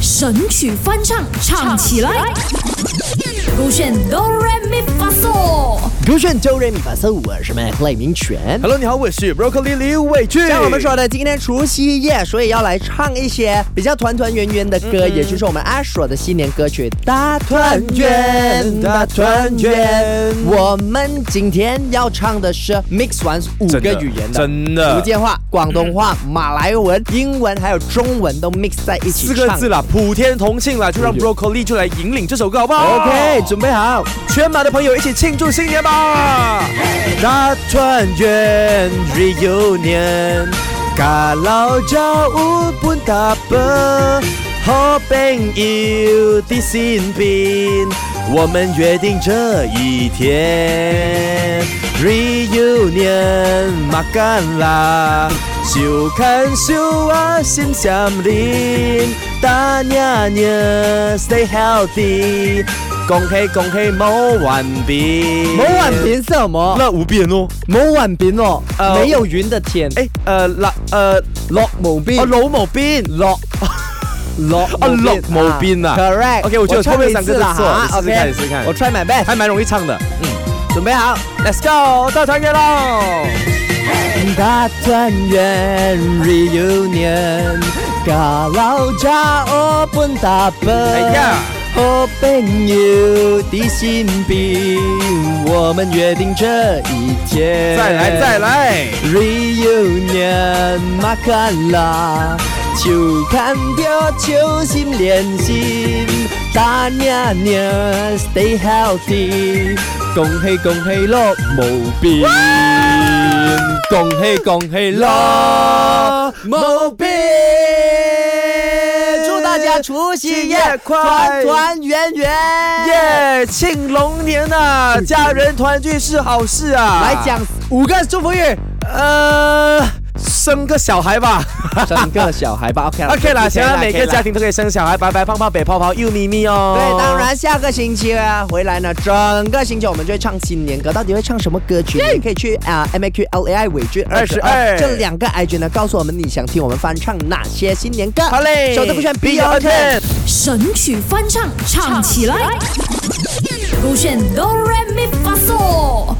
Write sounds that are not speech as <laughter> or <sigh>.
神曲翻唱，唱起来。勾选哆来咪发嗦，勾选周瑞米法色我是麦克赖明全。 Hello，你好，我是 Broccoli 李伟俊。像我们说的，今天除夕夜，所以要来唱一些比较团团圆圆的歌，嗯也就是我们阿索的新年歌曲《大团圆》。大团圆我们今天要唱的是 mix 完五真个的语言的，真的福建话、广东话、马来文、英文还有中文都 mix 在一起四唱。个字啦，普天同庆啦，就让 Broccoli 就来引领这首歌好不好嗯 OK，准备好。全马的朋友一起庆祝新年吧！大团圆 reunion，家老家有本大本，好朋友的新兵，我们约定这一天 reunion 马干啦，就看秀啊心相邻，大年年 stay healthy，恭喜恭喜冇完毕，某晚饼是什么？那无边哦，某晚饼哦，呃没有云的天，哎呃那呃落某饼哦，老毛病落落啊落某边啊 Correct。 OK，我觉得后面三个字错哈你试试看 OK 你试试看我 try my best，哎还蛮容易唱的。准备好。 Let's go，大团圆喽！大团圆 reunion，家老家我本大本。哎呀好朋友的心比，我们约定这一天。再来再。来， reunion 马卡拉，就看到手心连心，大娘娘 stay healthy，恭喜恭喜乐无边，恭喜恭喜乐无边。祝大家除夕夜团团圆圆！耶！庆龙年呐、啊，家人团聚是好事啊！来讲五个祝福语，呃，生个小孩 <laughs> 吧。生个小孩吧，OK 啦 OK 啦，可以现在每可个以啦家庭都可以生小孩，白白胖胖、北泡泡、又咪咪哦。对，当然下个星期啊回来呢，整个星期我们就会唱新年歌，到底会唱什么歌曲呢？你可以去啊、M A Q L A I 伟俊22这两个 I G 呢，告诉我们你想听我们翻唱哪些新年歌。好嘞，手都不选 Be B your O T。 turn 神曲翻唱，唱起来。勾选哆来咪发嗦。